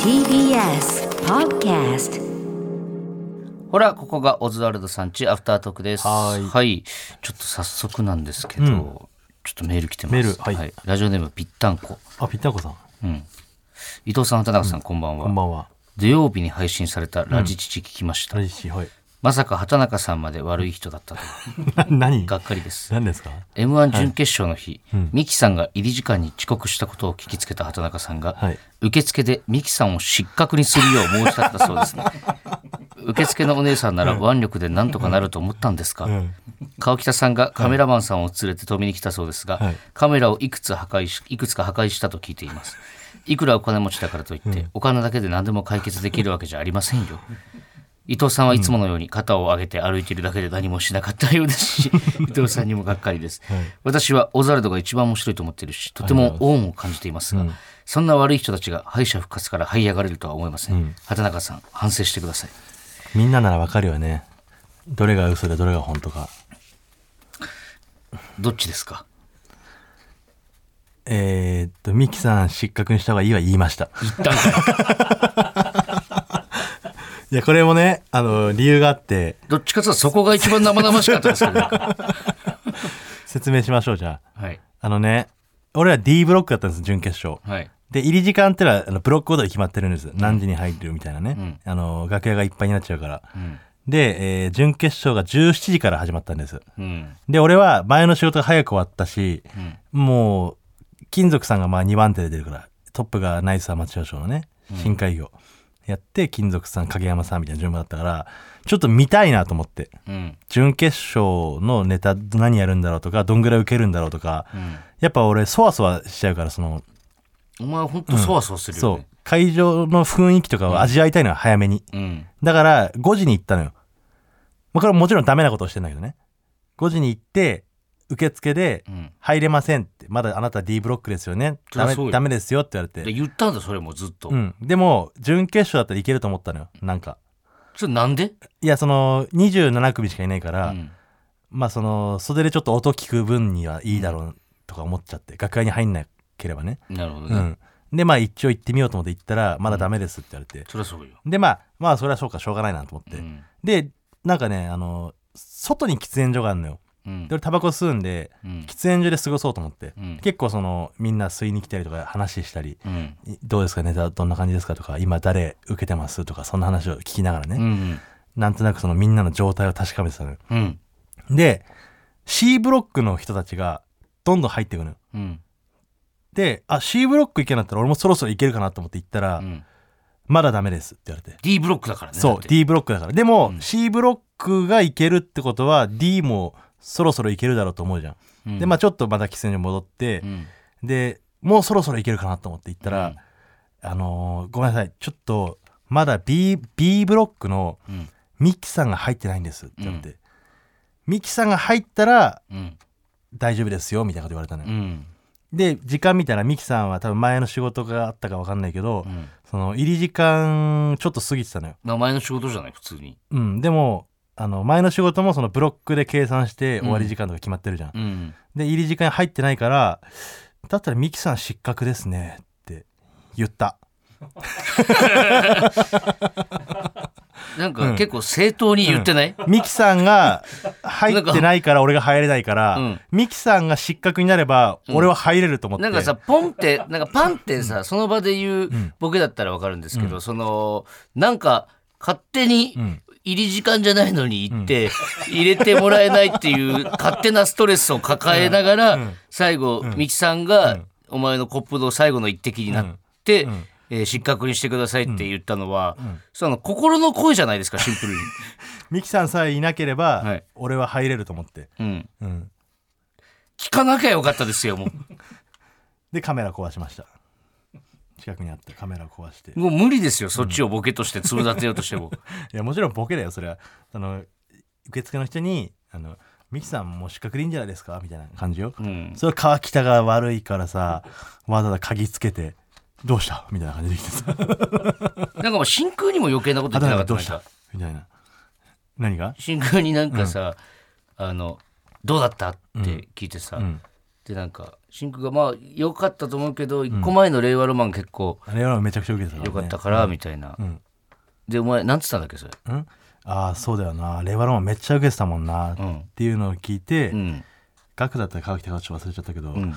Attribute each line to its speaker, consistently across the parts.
Speaker 1: TBS Podcast
Speaker 2: ほら、ここがオズワルドさんちアフタートークです。
Speaker 3: はーい
Speaker 2: ちょっと早速なんですけど、
Speaker 3: うん
Speaker 2: ちょっとメール来てます。
Speaker 3: メールはい
Speaker 2: ラジオネームぴったんこ。
Speaker 3: あ、ぴったんこさん、
Speaker 2: うん。伊藤さん、田中さん、こんばんは。
Speaker 3: こんばんは。
Speaker 2: 土曜日に配信されたラジチチ聞きました。
Speaker 3: 何し、はい。
Speaker 2: まさか畑中さんまで悪い人だったとは。
Speaker 3: な何
Speaker 2: がっかりです。
Speaker 3: 何ですか
Speaker 2: M1 準決勝の日、ミキさんが入り時間に遅刻したことを聞きつけた畑中さんが、
Speaker 3: はい
Speaker 2: 受付でミキさんを失格にするよう申し立てたそう ですね。受付のお姉さんなら腕力でなんとかなると思ったんですか、
Speaker 3: ん
Speaker 2: 川北さんがカメラマンさんを連れて止めに来たそうですが、
Speaker 3: はい
Speaker 2: カメラをいくつ破壊しいくつか破壊したと聞いてい ますいくらお金持ちだからといって、お金だけで何でも解決できるわけじゃありませんよ伊藤さんはいつものように肩を上げて歩いているだけで何もしなかったようです し伊藤さんにもがっかりです、私はオザルドが一番面白いと思っているしとても恩を感じていますが、そんな悪い人たちが敗者復活から這い上がれるとは思いません、畑中さん反省してください
Speaker 3: みんなならわかるよね。どれが嘘でどれが本当か。
Speaker 2: どっちですか
Speaker 3: えー、っと、ミキさん失格にした方がいいは言いました。
Speaker 2: 一旦かい
Speaker 3: いや、これもね、あの、理由があって、
Speaker 2: どっちかというとそこが一番生々しかった ですけど、ね、
Speaker 3: 説明しましょう、じゃあ。
Speaker 2: はい
Speaker 3: あのね、俺ら D ブロックだったんです、準決勝。
Speaker 2: はい
Speaker 3: で、入り時間ってのは、あのブロックごとに決まってるんです。何時に入るみたいなね。
Speaker 2: ん
Speaker 3: あの、楽屋がいっぱいになっちゃうから。
Speaker 2: うん
Speaker 3: で、えー準決勝が17時から始まったんです。
Speaker 2: うん
Speaker 3: で、俺は前の仕事が早く終わったし、
Speaker 2: うん
Speaker 3: もう、金属さんがまあ2番手で出るから、トップがナイスアマチュア賞のね、深海魚やって、金属さん、影山さんみたいな順番だったから、ちょっと見たいなと思って、
Speaker 2: うん
Speaker 3: 準決勝のネタ何やるんだろうとか、どんぐらい受けるんだろうとか、
Speaker 2: うん
Speaker 3: やっぱ俺、そわそわしちゃうから、その、
Speaker 2: お前本当そわそわするよ
Speaker 3: そ
Speaker 2: ね
Speaker 3: う、、会場の雰囲気とかを味わいたいのは早めに。
Speaker 2: うん
Speaker 3: だから、5時に行ったのよ。まあ、これはもちろんダメなことをしてんだけどね。5時に行って、受付で
Speaker 2: う、ん
Speaker 3: 入れませんって、まだあなた D ブロックですよね。
Speaker 2: そり
Speaker 3: ダ
Speaker 2: ゃ
Speaker 3: メ
Speaker 2: そうよ
Speaker 3: ダメですよって言われ
Speaker 2: で
Speaker 3: て。
Speaker 2: 言ったんだそれもずっと、
Speaker 3: うん。でも、準決勝だったらいけると思ったのよ。なんか。
Speaker 2: それなんで、
Speaker 3: いや、その、27組しかいないか
Speaker 2: う
Speaker 3: ら、
Speaker 2: ん
Speaker 3: まあ、その、袖でちょっと音聞く分にはいいだろうとか思っちゃって、楽屋に入んなければね。
Speaker 2: なるほど
Speaker 3: う
Speaker 2: ね、
Speaker 3: ん。で、まあ、一応行ってみようと思って行ったら、まだダメですって言われて。
Speaker 2: そりゃそうよ、
Speaker 3: で、まあ、まあ、それはそうか、しょうがないなと思って。
Speaker 2: うん
Speaker 3: で、なんかね、あの、外に喫煙所があるのよ。
Speaker 2: うん
Speaker 3: で、俺タバコ吸うんで、
Speaker 2: うん
Speaker 3: 喫煙所で過ごそうと思って。
Speaker 2: うん
Speaker 3: 結構その、みんな吸いに来たりとか話したり、
Speaker 2: うん
Speaker 3: いどうですかネタどんな感じですかとか、今誰受けてますとか、そんな話を聞きながらね、
Speaker 2: うん
Speaker 3: なんとなくそのみんなの状態を確かめてたのよ。
Speaker 2: うん
Speaker 3: で、C ブロックの人たちがどんどん入ってくるのよ。
Speaker 2: うん
Speaker 3: で、あ、C ブロック行けなかったら俺もそろそろ行けるかなと思って行ったら、
Speaker 2: うん
Speaker 3: まだダメですって言われて。
Speaker 2: D ブロックだからねだ
Speaker 3: そ
Speaker 2: っ
Speaker 3: う、
Speaker 2: て
Speaker 3: D ブロックだから。でも、
Speaker 2: うん
Speaker 3: C ブロックがいけるってことは、D もそろそろいけるだろうと思うじゃん。
Speaker 2: うん
Speaker 3: で、まあちょっとまた喫煙所戻って
Speaker 2: う、ん
Speaker 3: で、もうそろそろいけるかなと思って行ったら、
Speaker 2: うん
Speaker 3: あのーごめんなさい、ちょっと、まだ B、B ブロックの
Speaker 2: うん
Speaker 3: ミキさんが入ってないんですって言われて、ミキさんが入ったら
Speaker 2: うん
Speaker 3: 大丈夫ですよ、みたいなこと言われたの
Speaker 2: う
Speaker 3: よ。
Speaker 2: ん
Speaker 3: で、時間見たらミキさんは多分前の仕事があったか分かんないけど、
Speaker 2: うん
Speaker 3: その入り時間ちょっと過ぎてたのよ。
Speaker 2: 名前の仕事じゃない普通に
Speaker 3: うん、でもあの前の仕事もそのブロックで計算して
Speaker 2: うん
Speaker 3: 終わり時間とか決まってるじゃん、
Speaker 2: うん
Speaker 3: で入り時間入ってないからだったらミキさん失格ですねって言った
Speaker 2: なん
Speaker 3: う
Speaker 2: か
Speaker 3: ん
Speaker 2: 結構正当に言ってない、
Speaker 3: ミキさんが入ってないから俺が入れないから、
Speaker 2: うん
Speaker 3: ミキさんが失格になれば俺は入れると思って、
Speaker 2: なんかさポンって なんかパンってさその場で言ううんボケだったらわかるんですけど、そのなんか勝手に
Speaker 3: うん
Speaker 2: 入り時間じゃないのに行って、入れてもらえないっていう 勝手なストレスを抱えながら、
Speaker 3: うん
Speaker 2: 最後、
Speaker 3: ん
Speaker 2: ミキさんが、お前のコップの最後の一滴になって、
Speaker 3: んうん
Speaker 2: えー失格にしてくださいって言ったのは、その心の声じゃないですかシン プルに。
Speaker 3: ミキさんさえいなけれ
Speaker 2: は
Speaker 3: ば
Speaker 2: い
Speaker 3: 俺は入れると思って、
Speaker 2: うん、
Speaker 3: うん、
Speaker 2: 聞かなきゃよかったですよも
Speaker 3: でカメラ壊しました近くにあったカメラ壊して
Speaker 2: うもう無理ですよそっちをボケとして粒立てようとして も。
Speaker 3: いやもちろんボケだよそれはその受付の人にあの「ミキさんもう失格でいいんじゃないですか?」みたいな感じよ、
Speaker 2: うん
Speaker 3: それ川北が悪いからさわざわざ鍵つけて「どうした?」みたいな感じで来てさ
Speaker 2: なんかもう真空にも余計なこと言ってなか
Speaker 3: 「
Speaker 2: った
Speaker 3: ど
Speaker 2: な
Speaker 3: うんした
Speaker 2: か」
Speaker 3: みたいな何が
Speaker 2: 真空になんかさ、あのどうだったって聞いてさ、
Speaker 3: うん
Speaker 2: でなんかシンクがまあ良かったと思うけど一個前の令和ロマン結構
Speaker 3: あれはめちゃくちゃ受けてたから、
Speaker 2: 良
Speaker 3: ね、
Speaker 2: かったからみたいな、
Speaker 3: ん
Speaker 2: でお前なんつったんだっけそれ
Speaker 3: うん、ああそうだよなレバロンめっちゃ受けてたもんな、
Speaker 2: ん
Speaker 3: っていうのを聞いて、
Speaker 2: うん
Speaker 3: 額だったら川北かちょっと忘れちゃったけど、
Speaker 2: うん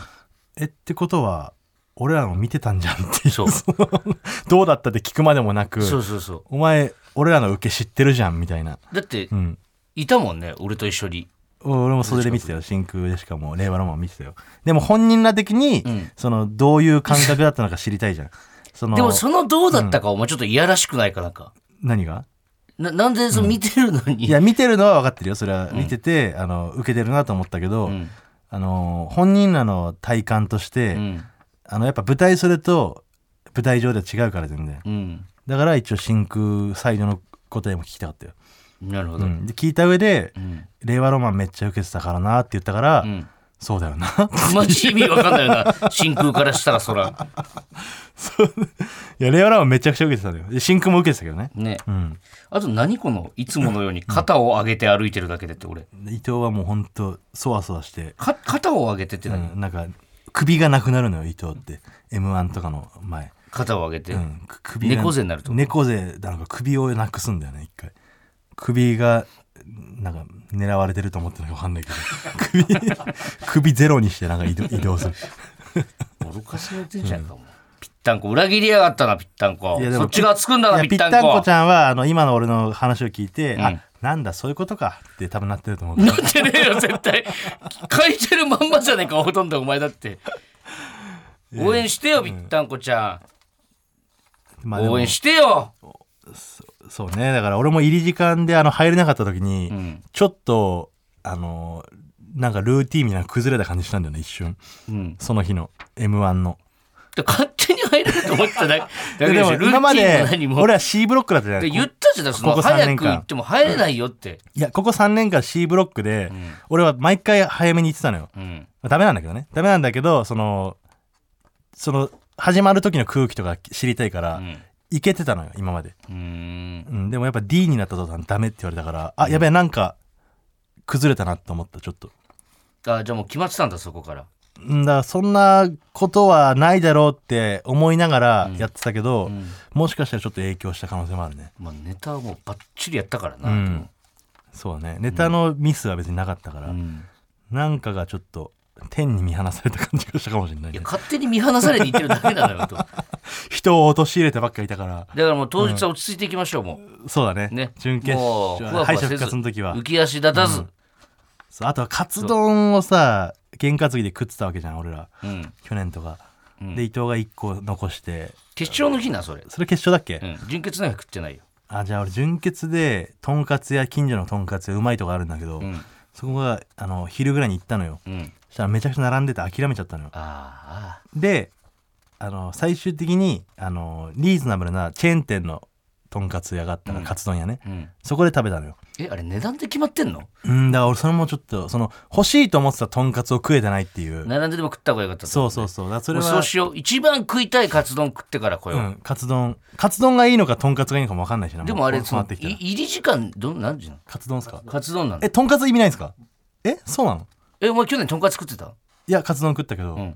Speaker 3: えってことは俺らも見てたんじゃんっていう
Speaker 2: そう
Speaker 3: の どうだったって聞くまでもなく
Speaker 2: そうそうそ
Speaker 3: お前俺らの受け知ってるじゃんみたいな
Speaker 2: うだって
Speaker 3: うん
Speaker 2: いたもんね俺と一緒に
Speaker 3: 俺もそれで見てたよ真空でしかも令和ロマン見てたよでも本人ら的に、そのどういう感覚だったのか知りたいじゃんその
Speaker 2: でもそのどうだったかお前ちょっといやらしくないかなんか
Speaker 3: 何が
Speaker 2: ななんでその見てるのに、
Speaker 3: いや見てるのは分かってるよそれは見てて、あの受けてるなと思ったけど、
Speaker 2: ん
Speaker 3: あの本人らの体感として、
Speaker 2: うん
Speaker 3: あのやっぱ舞台それと舞台上では違うから全然
Speaker 2: うん
Speaker 3: だから一応真空サイドの答えも聞きたかったよ、
Speaker 2: なるほ
Speaker 3: う
Speaker 2: ど、
Speaker 3: ん、で聞いた上で、
Speaker 2: ん
Speaker 3: 令和ロマンめっちゃ受けてたからな」って言ったから、
Speaker 2: ん
Speaker 3: そうだよな
Speaker 2: マジ意味わかんないよな真空からしたらそら
Speaker 3: そういや令和ロマンめちゃくちゃ受けてたのよで真空も受けてたけどね、
Speaker 2: ね
Speaker 3: うん、
Speaker 2: あと何このいつものように肩を上げて歩いてるだけでって俺
Speaker 3: で伊藤はもうほんとそわそわして、
Speaker 2: か肩を上げてって
Speaker 3: う
Speaker 2: 何、
Speaker 3: ん、なんか首がなくなるのよ伊藤って m 1とかの前、
Speaker 2: 肩を上げて、
Speaker 3: うん、く首が
Speaker 2: 猫背になるってこと
Speaker 3: 猫背だのか首をなくすんだよね一回首がなんか狙われてると思ってるのか分かんないけ ど首首ゼロにしてなんか移動移動する
Speaker 2: 愚かされてんじゃんかもう、ぴったんこ裏切りやがったなぴったんこ
Speaker 3: いやでも
Speaker 2: そっちがつくんだ
Speaker 3: い
Speaker 2: な
Speaker 3: や
Speaker 2: ぴったん
Speaker 3: ぴったん
Speaker 2: こ
Speaker 3: こちゃんはあの今の俺の話を聞いて、
Speaker 2: ん
Speaker 3: あなんだそういうことかって多分なってると思う
Speaker 2: なってねえよ絶対書いてるまんまじゃねえかほとんどお前だって応援してよぴったんこちゃん、
Speaker 3: まあでも
Speaker 2: 応援してよ
Speaker 3: そうねだから俺も入り時間であの入れなかった時に、
Speaker 2: ん
Speaker 3: ちょっとあのなんかルーティンみたいな崩れた感じしたんだよね一瞬
Speaker 2: うん
Speaker 3: その日の m 1の
Speaker 2: で勝手に入れると思ってただけだけ
Speaker 3: で
Speaker 2: でし
Speaker 3: も
Speaker 2: ょルーティ
Speaker 3: 今
Speaker 2: ン
Speaker 3: まで
Speaker 2: も何も
Speaker 3: 俺は C ブロックだったじゃな
Speaker 2: で
Speaker 3: い
Speaker 2: 言ったじゃんその
Speaker 3: ここ3
Speaker 2: 早
Speaker 3: 年
Speaker 2: く
Speaker 3: 間
Speaker 2: 行っても入れないよって、
Speaker 3: いや、ここ3年間 C ブロックで、俺は毎回早めに行ってたのよ。
Speaker 2: うん、
Speaker 3: ダメなんだけどね。ダメなんだけど、その、その、始まる時の空気とか知りたいから、
Speaker 2: ん
Speaker 3: 行けてたのよ、今まで。
Speaker 2: うーん
Speaker 3: うん、でもやっぱ D になった途端ダメって言われたから、あ、やべえ、なんか、崩れたなと思った、ちょっと。
Speaker 2: あじゃあもう決まってたんだそこから
Speaker 3: うんだからそんなことはないだろうって思いながらやってたけど、もしかしたらちょっと影響した可能性もあるね。
Speaker 2: まあネタはもうバッチリやったからな、
Speaker 3: うん。そうね。ネタのミスは別になかったから。
Speaker 2: うん
Speaker 3: なんかがちょっと天に見放された感じがしたかもしれない
Speaker 2: い
Speaker 3: ね、
Speaker 2: や勝手に見放されていってるだけなのよと だか
Speaker 3: 人を陥れてばっかりいたから
Speaker 2: らもう当日は落ち着いていきましょうも
Speaker 3: そうだね
Speaker 2: うね
Speaker 3: 準決
Speaker 2: もうふ
Speaker 3: 勝
Speaker 2: わふ
Speaker 3: 敗
Speaker 2: わ
Speaker 3: 者
Speaker 2: せ
Speaker 3: 復
Speaker 2: ず
Speaker 3: 活の時は
Speaker 2: 浮き足立たず、
Speaker 3: そうあとはカツ丼をさ験担ぎで食ってたわけじゃん俺ら
Speaker 2: うん
Speaker 3: 去年とか、で伊藤が1個残して
Speaker 2: 決勝の日なそれ、
Speaker 3: それ決勝だっけ、
Speaker 2: うん、純潔なんか食ってないよ
Speaker 3: あじゃあ俺純潔でとんかつや近所のとんかつ屋うまいとこあるんだけど、
Speaker 2: ん
Speaker 3: そこがあの昼ぐらいに行ったのよ
Speaker 2: うん
Speaker 3: そしたらめちゃくちゃ並んでて諦めちゃったのよ
Speaker 2: あ
Speaker 3: であの最終的にあのリーズナブルなチェーン店のとんかつ屋があったから、カツ丼屋ね、
Speaker 2: あうん
Speaker 3: そこで食べたのよ
Speaker 2: えあれ値段って決まってんの
Speaker 3: うんだから俺それもちょっとその欲しいと思ってたとんかつを食えてないっていう
Speaker 2: 並んででも食った方がよかった
Speaker 3: そうそうそうだからそれ
Speaker 2: もう
Speaker 3: は
Speaker 2: そうしよう一番食いたいカツ丼食ってから来よ
Speaker 3: う
Speaker 2: う、
Speaker 3: ん、カツ丼カツ丼がいいのかとんかつがいいのかも分かんないしな
Speaker 2: でもあれ
Speaker 3: う
Speaker 2: そ
Speaker 3: そうな
Speaker 2: の
Speaker 3: って
Speaker 2: い
Speaker 3: きたら
Speaker 2: 入り時間ど何時なの
Speaker 3: カツ丼ですか
Speaker 2: カツ丼なんだ
Speaker 3: えとんかつ意味ないんですかえそうなの
Speaker 2: えお前去年とんかつ食ってた
Speaker 3: いやカツ丼食ったけど、
Speaker 2: ん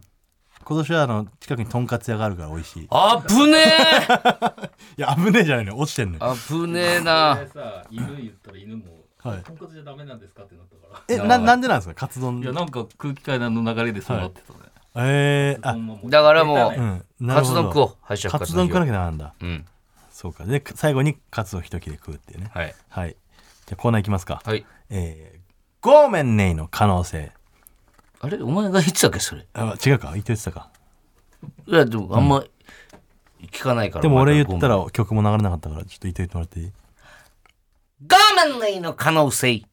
Speaker 3: 今年はあの近くにとんかつ屋があるから美味しいい
Speaker 2: あぶねえ
Speaker 3: や危ねえじゃないのよ落ちてんのよ
Speaker 2: あぶねえな
Speaker 4: 前さ犬言ったら犬も、
Speaker 3: はい
Speaker 4: とんかつじゃダメなんですかってなったから
Speaker 3: えななんでなんですかカツ丼
Speaker 4: いやなんか空気階段の流れでそうなってたね、
Speaker 3: えー、あ
Speaker 4: ほんまもう
Speaker 2: だからもう
Speaker 3: うん、な
Speaker 2: カ
Speaker 3: る
Speaker 2: ツ
Speaker 3: ほ
Speaker 2: 丼
Speaker 3: ど
Speaker 2: 食おう敗者
Speaker 3: カ
Speaker 2: 復
Speaker 3: ツ
Speaker 2: 活
Speaker 3: 丼
Speaker 2: の
Speaker 3: 食
Speaker 2: 日は
Speaker 3: わなきゃダメなんだ
Speaker 2: うん
Speaker 3: そうかで最後にカツを一切れ食うっていうね
Speaker 2: はい
Speaker 3: はいじゃあコーナーいきますか、
Speaker 2: はい
Speaker 3: えー、ごめんねいの可能性
Speaker 2: あれお前が言ってたっけそれ
Speaker 3: あ違うか言ってたか
Speaker 2: いやでもあんま聞かないから
Speaker 3: でも俺言った
Speaker 2: ら
Speaker 3: ら曲も流れなかったからちょっと言っておいてもらっていい
Speaker 2: ガーメンレイの可能性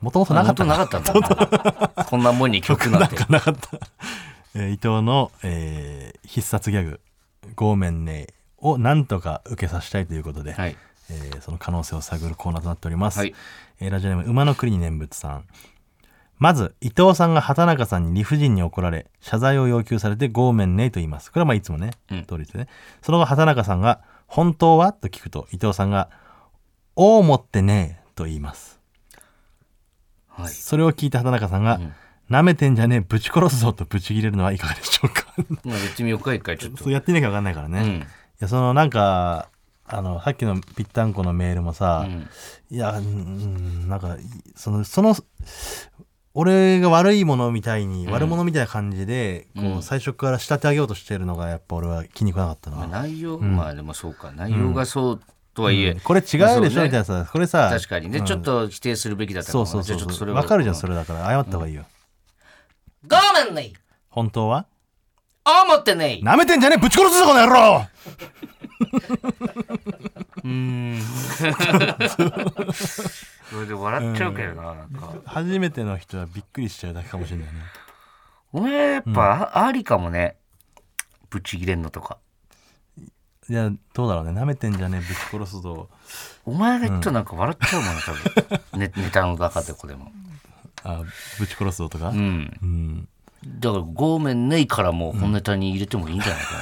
Speaker 3: もともとなかった
Speaker 2: 本当なかったんだこんなもんに曲なんて
Speaker 3: な なかった、えー伊藤の、えー必殺ギャグ「ごめんねい」をなんとか受けさせたいということで、
Speaker 2: はい
Speaker 3: えーその可能性を探るコーナーとなっております、
Speaker 2: はい
Speaker 3: えーラジオネーム馬の国に念仏さんまず伊藤さんが畑中さんに理不尽に怒られ謝罪を要求されて「ごめんね」と言いますこれはまあいつもね、
Speaker 2: うん
Speaker 3: 通りですねその後畑中さんが「本当は?」と聞くと伊藤さんが「お思ってね」と言います
Speaker 2: はい
Speaker 3: それを聞いた畑中さんが、舐めてんじゃねえぶち殺すぞとぶち切れるのはいかがでしょうか
Speaker 2: まあ、言ってみようか一回ちょっと
Speaker 3: そうやってみなきゃ分かんないからね、
Speaker 2: うん
Speaker 3: いやそのなんかあのさっきのぴったんこのメールもさ、
Speaker 2: うん
Speaker 3: いやうんなんかいそのその俺が悪いものみたいに、悪者みたいな感じでこう、
Speaker 2: うん
Speaker 3: 最初から仕立て上げようとしてるのがやっぱ俺は気に食わなかったな、
Speaker 2: まあ、内容、まあでもそうか内容がそうとはいえ、
Speaker 3: うんこれ違うでしょ、
Speaker 2: まあそうね
Speaker 3: みたいなさこれさ
Speaker 2: 確かにね、
Speaker 3: うん
Speaker 2: ちょっと否定するべきだったか
Speaker 3: そ
Speaker 2: も
Speaker 3: う
Speaker 2: な
Speaker 3: そうそう
Speaker 2: じゃあちょっと
Speaker 3: そ
Speaker 2: そうれ
Speaker 3: わかるじゃん
Speaker 2: うん
Speaker 3: それだから謝った方がいいよ、
Speaker 2: ごめんね
Speaker 3: 本当は
Speaker 2: 思ってね
Speaker 3: なめてんじゃねえぶち殺すぞこの野郎
Speaker 2: うーんそれで笑っちゃうけどななんか
Speaker 3: 初めての人はびっくりしちゃうだけかもしれないね
Speaker 2: 俺やっぱあありかもねぶち切れんのとか
Speaker 3: いやどうだろうねなめてんじゃねえぶち殺すぞ
Speaker 2: お前が言ったらなんか笑っちゃうもんね多 分ねネタの中でこれも
Speaker 3: あぶち殺すぞとか
Speaker 2: う、ん
Speaker 3: うん、
Speaker 2: だから「ごめんねい」からもう本ネタに入れてもいいんじゃないかな、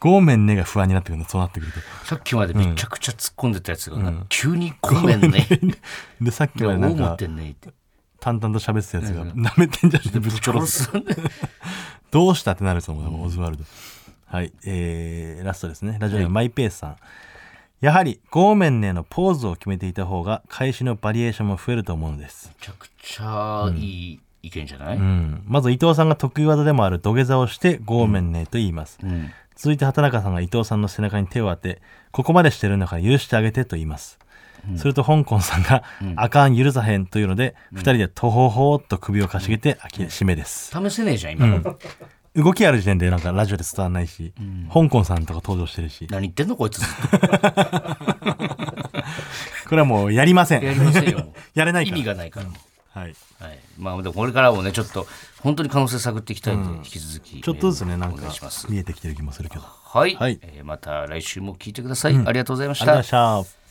Speaker 3: ごめんねが不安になってくるのそうなってくると
Speaker 2: さっきまでめちゃくちゃ突っ込んでたやつが、急に「ごめんね」
Speaker 3: でさっき
Speaker 2: で「
Speaker 3: までな
Speaker 2: 思
Speaker 3: んか
Speaker 2: ってんね」って
Speaker 3: 淡々と喋ってたやつがなめてんじゃねえ ぶち殺すぞどうしたってなると思う、オズワルド。はい、えー、ラストですね。ラジオネーム、マイペースさん。やはり、ゴーメンネのポーズを決めていた方が、返しのバリエーションも増えると思うのです。
Speaker 2: めちゃくちゃいい意見じゃない、う
Speaker 3: うんん。まず、伊藤さんが得意技でもある土下座をして、ゴーメンネと言います。続いて、畑中さんが伊藤さんの背中に手を当て、ここまでしてるんだから許してあげてと言います。すると、香港さんが、あかん、許さへんというので、二、人でとほほーっと首をかしげて、あき締めです。
Speaker 2: 試せねえじゃん今、
Speaker 3: 動きある時点でなんかラジオで伝わんないし、香港さんとか登場してるし
Speaker 2: 何言ってんのこいつずっ
Speaker 3: これはもうやりません
Speaker 2: とやりませんよもう
Speaker 3: やれない
Speaker 2: 意
Speaker 3: から
Speaker 2: 味がないから、
Speaker 3: はい、
Speaker 2: はい、まあでもこれからもねちょっと本当に可能性探っていきたいんで、引き続き
Speaker 3: ちょっとずつね
Speaker 2: メー
Speaker 3: な
Speaker 2: ル
Speaker 3: ん
Speaker 2: お
Speaker 3: か
Speaker 2: 願いします
Speaker 3: 見えてきてる気もするけどありがとう
Speaker 2: はい、
Speaker 3: はい
Speaker 2: えーまた来週も聞いてください、ありがとうございまし
Speaker 3: ござい
Speaker 2: た
Speaker 3: ました